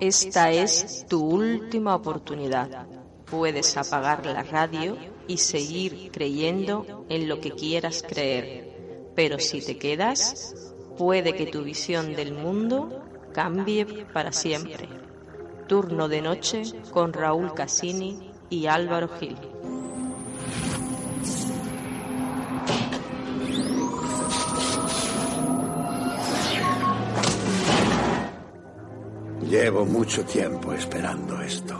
Esta es tu última oportunidad. Puedes apagar la radio y seguir creyendo en lo que quieras creer, pero si te quedas, puede que tu visión del mundo cambie para siempre. Turno de noche con Raúl Cassini y Álvaro Gil. Llevo mucho tiempo esperando esto.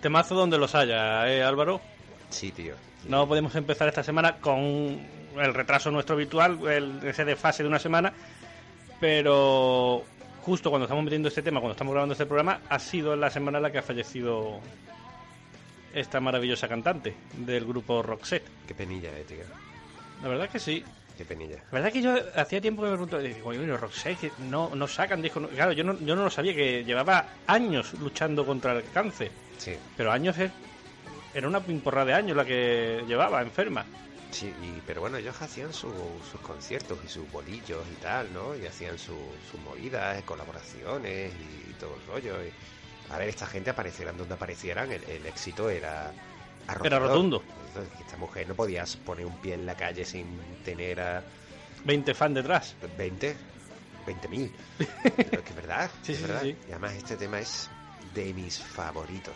Temazo donde los haya, ¿eh, Álvaro? Sí, tío. No podemos empezar esta semana con el retraso nuestro habitual, el, ese desfase de una semana, pero justo cuando estamos metiendo este tema, cuando estamos grabando este programa, ha sido la semana en la que ha fallecido esta maravillosa cantante del grupo Roxette. Qué penilla, eh, tío. La verdad que sí. Qué penilla. La verdad que yo hacía tiempo que me preguntaba, digo, oye, los Roxette que no, no sacan disco. no- Claro, yo no, yo no lo sabía, que llevaba años luchando contra el cáncer. Sí, Pero años es- era una pimporra de años la que llevaba enferma. sí. y- pero bueno, ellos hacían su- sus conciertos y sus bolillos y tal, ¿no? Y hacían su- sus movidas, eh, colaboraciones y, todo el rollo. y- A ver, esta gente aparecieran donde aparecieran, el, el éxito era... arrollador. Era rotundo. Entonces, Esta mujer no podías poner un pie en la calle sin tener a 20 fan detrás. 20, 20.000. Pero es que es verdad, Sí, es sí, verdad. sí. Y además este tema es de mis favoritos.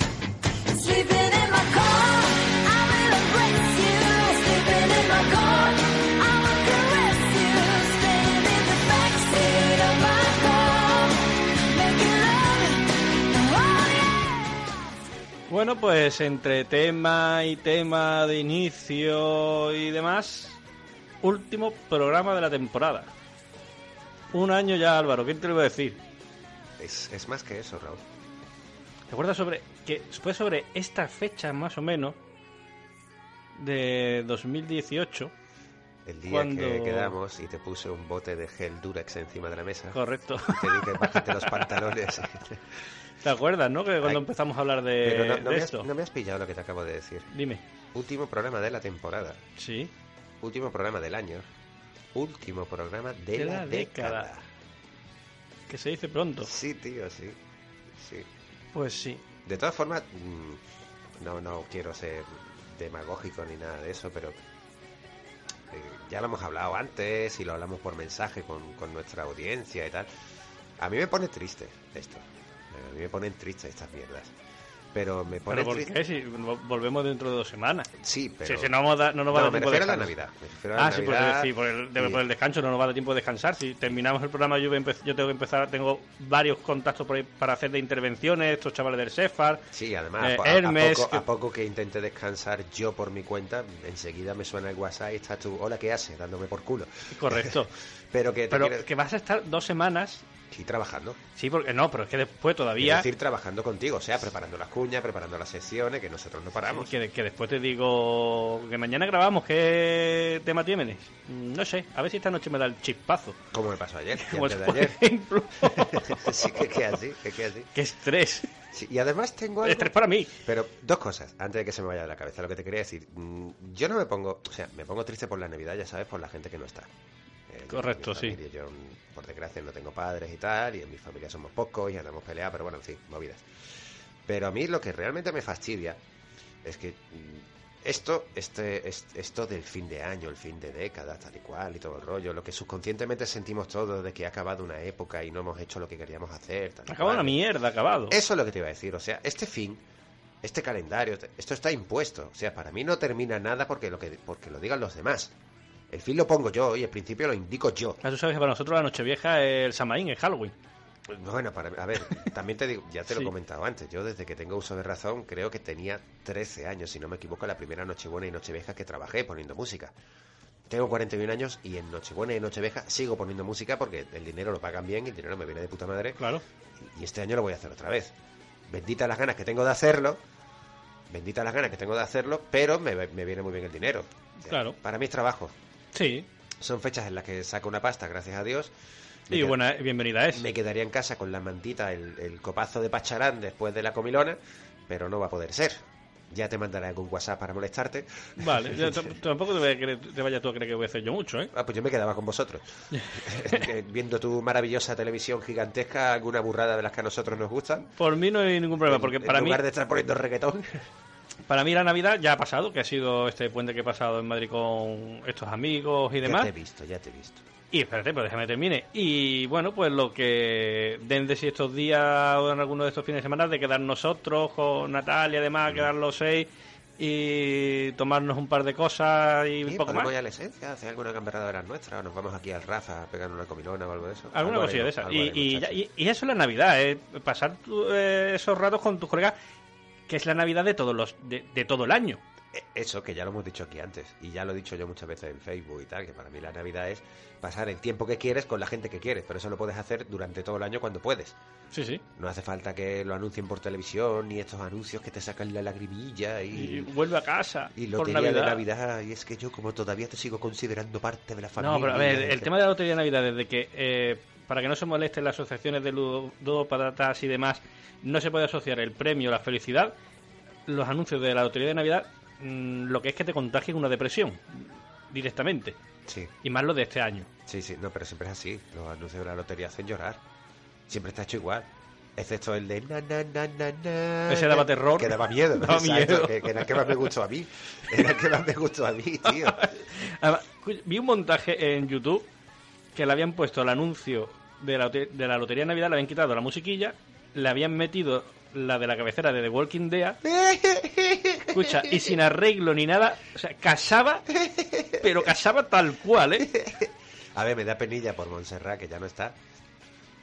Sleeping in my car, I will embrace you. Sleeping in my car, I will caress you. Staying in the backseat of my car, making love. Oh yeah. Bueno, pues entre tema y tema de inicio y demás, último programa de la temporada. Un año ya, Álvaro, ¿quién te lo iba a decir? Es, es más que eso, Raúl. ¿Te acuerdas sobre que fue sobre esta fecha más o menos de 2018? El día Cuando- que quedamos y te puse un bote de gel Durex encima de la mesa, Correcto. te dije bájate los pantalones. ¿Te acuerdas, no? Que cuando Ay. empezamos a hablar de, Pero no, Eh, de no me has, esto. no me has pillado lo que te acabo de decir. Dime. Último programa de la temporada, Sí. último programa del año, último programa de, De la, la década. década. Que se dice pronto. Sí, tío, sí. sí. Pues sí. De todas formas, mm, no, no quiero ser demagógico ni nada de eso, pero eh, ya lo hemos hablado antes y lo hablamos por mensaje con, con nuestra audiencia y tal. A mí me pone triste esto. Eh, A mí me ponen tristes estas mierdas. Pero me pone ¿Pero por triste. qué? Si vol- volvemos dentro de dos semanas. Sí, pero. Si, si no, vamos a dar- no nos va a dar me tiempo de refiero a la descanso. Navidad. me refiero a la Ah, sí, por Navidad el, sí, por el, de- y- por el descanso no nos va a dar tiempo de descansar. Si terminamos el programa, yo, voy a empe- yo tengo que empezar. Tengo varios contactos por ahí para hacer de intervenciones. Estos chavales del Cefar. Sí, además, pues, Eh, a- a, a Hermes, poco, que- a poco que intente descansar yo por mi cuenta, enseguida me suena el WhatsApp y estás tú, hola, ¿qué haces? Dándome por culo. Correcto. Pero que, te pero quiero- que vas a estar dos semanas. Sí, trabajando. Sí, porque no, pero es que después Es todavía. decir, trabajando contigo, o sea, preparando las cuñas, preparando las sesiones, que nosotros no paramos. Que, que después te digo que mañana grabamos. ¿Qué tema tienes? Mm, No sé. A ver si esta noche me da el chispazo. Como me pasó ayer, y Pues, antes de por ayer. ejemplo. sí, que, que así, que, que así. ¡Qué estrés! Sí, y además tengo algo... ¡Estrés para mí! Pero dos cosas, antes de que se me vaya de la cabeza, lo que te quería decir. Mm, Yo no me pongo, o sea, me pongo triste por la Navidad, ya sabes, por la gente que no está. Eh, yo Correcto, tengo mi familia, Yo, mm, por desgracia, no tengo padres y tal, y en mi familia somos pocos y andamos peleados, pero bueno, en fin, movidas. Pero a mí lo que realmente me fastidia es que mm, esto, este, es- esto del fin de año, el fin de década, tal y cual, y todo el rollo, lo que subconscientemente sentimos todos de que ha acabado una época y no hemos hecho lo que queríamos hacer. Tal y Acabado cual. una mierda, acabado. Eso es lo que te iba a decir. O sea, este fin, este calendario, te- esto está impuesto. O sea, para mí no termina nada porque lo, que, porque lo digan los demás. El fin lo pongo yo y el principio lo indico yo. Ya tú sabes que para nosotros la Nochevieja es el Samaín, es Halloween. Bueno, para, a ver, también te digo, ya te lo he Sí. comentado antes. Yo desde que tengo uso de razón creo que tenía 13 años, si no me equivoco, la primera Nochebuena y Nochevieja que trabajé poniendo música. Tengo 41 años y en Nochebuena y Nocheveja sigo poniendo música porque el dinero lo pagan bien, el dinero me viene de puta madre. Claro. Y este año lo voy a hacer otra vez. Bendita las ganas que tengo de hacerlo. Bendita las ganas que tengo de hacerlo, pero me, me viene muy bien el dinero. O sea, Claro. Para mí es trabajo. Sí. Son fechas en las que saco una pasta, gracias a Dios. Me Y queda- buena, bienvenida es. Me quedaría en casa con la mantita, el, el copazo de pacharán después de la comilona, pero no va a poder ser. Ya te mandaré algún WhatsApp para molestarte. Vale, yo t- tampoco te, voy a creer- te vayas tú a creer que voy a hacer yo mucho, ¿eh? Ah, pues yo me quedaba con vosotros. Eh, Viendo tu maravillosa televisión gigantesca, alguna burrada de las que a nosotros nos gustan. Por mí no hay ningún problema, porque En- para en mí, lugar de estar poniendo reggaetón. para mí la Navidad ya ha pasado, que ha sido este puente que he pasado en Madrid con estos amigos y Ya demás. te he visto, ya te he visto. Y espérate, pues déjame termine. Y bueno, pues lo que den de si estos días o en alguno de estos fines de semana, de quedar nosotros con Natalia, Mm. además, quedar los seis y tomarnos un par de cosas y un Sí, poco podemos más. ir a la esencia, hacer alguna camperada de las nuestras, o nos vamos aquí al Rafa a pegar una comilona o algo de eso. Alguna Algo cosilla de haremos, esas. algo Y, haremos, y, chacho. ya- y- y eso es la Navidad, eh, pasar tu- eh, esos ratos con tus colegas, que es la Navidad de, todos los, de, de todo el año. Eh, Eso que ya lo hemos dicho aquí antes, y ya lo he dicho yo muchas veces en Facebook y tal, que para mí la Navidad es pasar el tiempo que quieres con la gente que quieres, pero eso lo puedes hacer durante todo el año cuando puedes. Sí, sí. No hace falta que lo anuncien por televisión, ni estos anuncios que te sacan la lagrimilla Y y, vuelve a casa. y por lotería Navidad. de Navidad. Y es que yo, como todavía te sigo considerando parte de la familia. No, pero a ver, ¿eh? el tema de la lotería de Navidad, desde que eh, para que no se molesten las asociaciones de ludo- ludópatas y demás, no se puede asociar el premio, la felicidad, los anuncios de la lotería de Navidad, mm, lo que es que te contagien una depresión directamente, Sí, y más lo de este año. sí, sí, no, pero siempre es así. Los anuncios de la lotería hacen llorar. Siempre está hecho igual. Excepto el de na, na, na, na, na, Ese daba na, terror. Que daba miedo. Daba exacto, miedo. Que, que era el que más me gustó a mí. Era el que más me gustó a mí, tío. Además, escucha, vi un montaje en YouTube que le habían puesto el anuncio de la, lote- de la Lotería de Navidad, le habían quitado la musiquilla, le habían metido la de la cabecera de The Walking Dead. Escucha, y sin arreglo ni nada, o sea, casaba, pero casaba tal cual, ¿eh? A ver, me da penilla por Montserrat, que ya no está.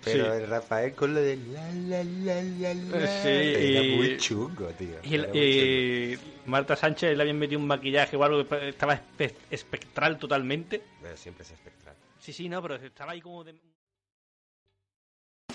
Pero Sí. el Rafael con lo de la la la la la. Sí, era y- muy chungo, tío. Y, era el- muy chungo. y Marta Sánchez le habían metido un maquillaje o algo que estaba espe- espectral totalmente. Bueno, siempre es espectral. Sí, sí, no, pero estaba ahí como de...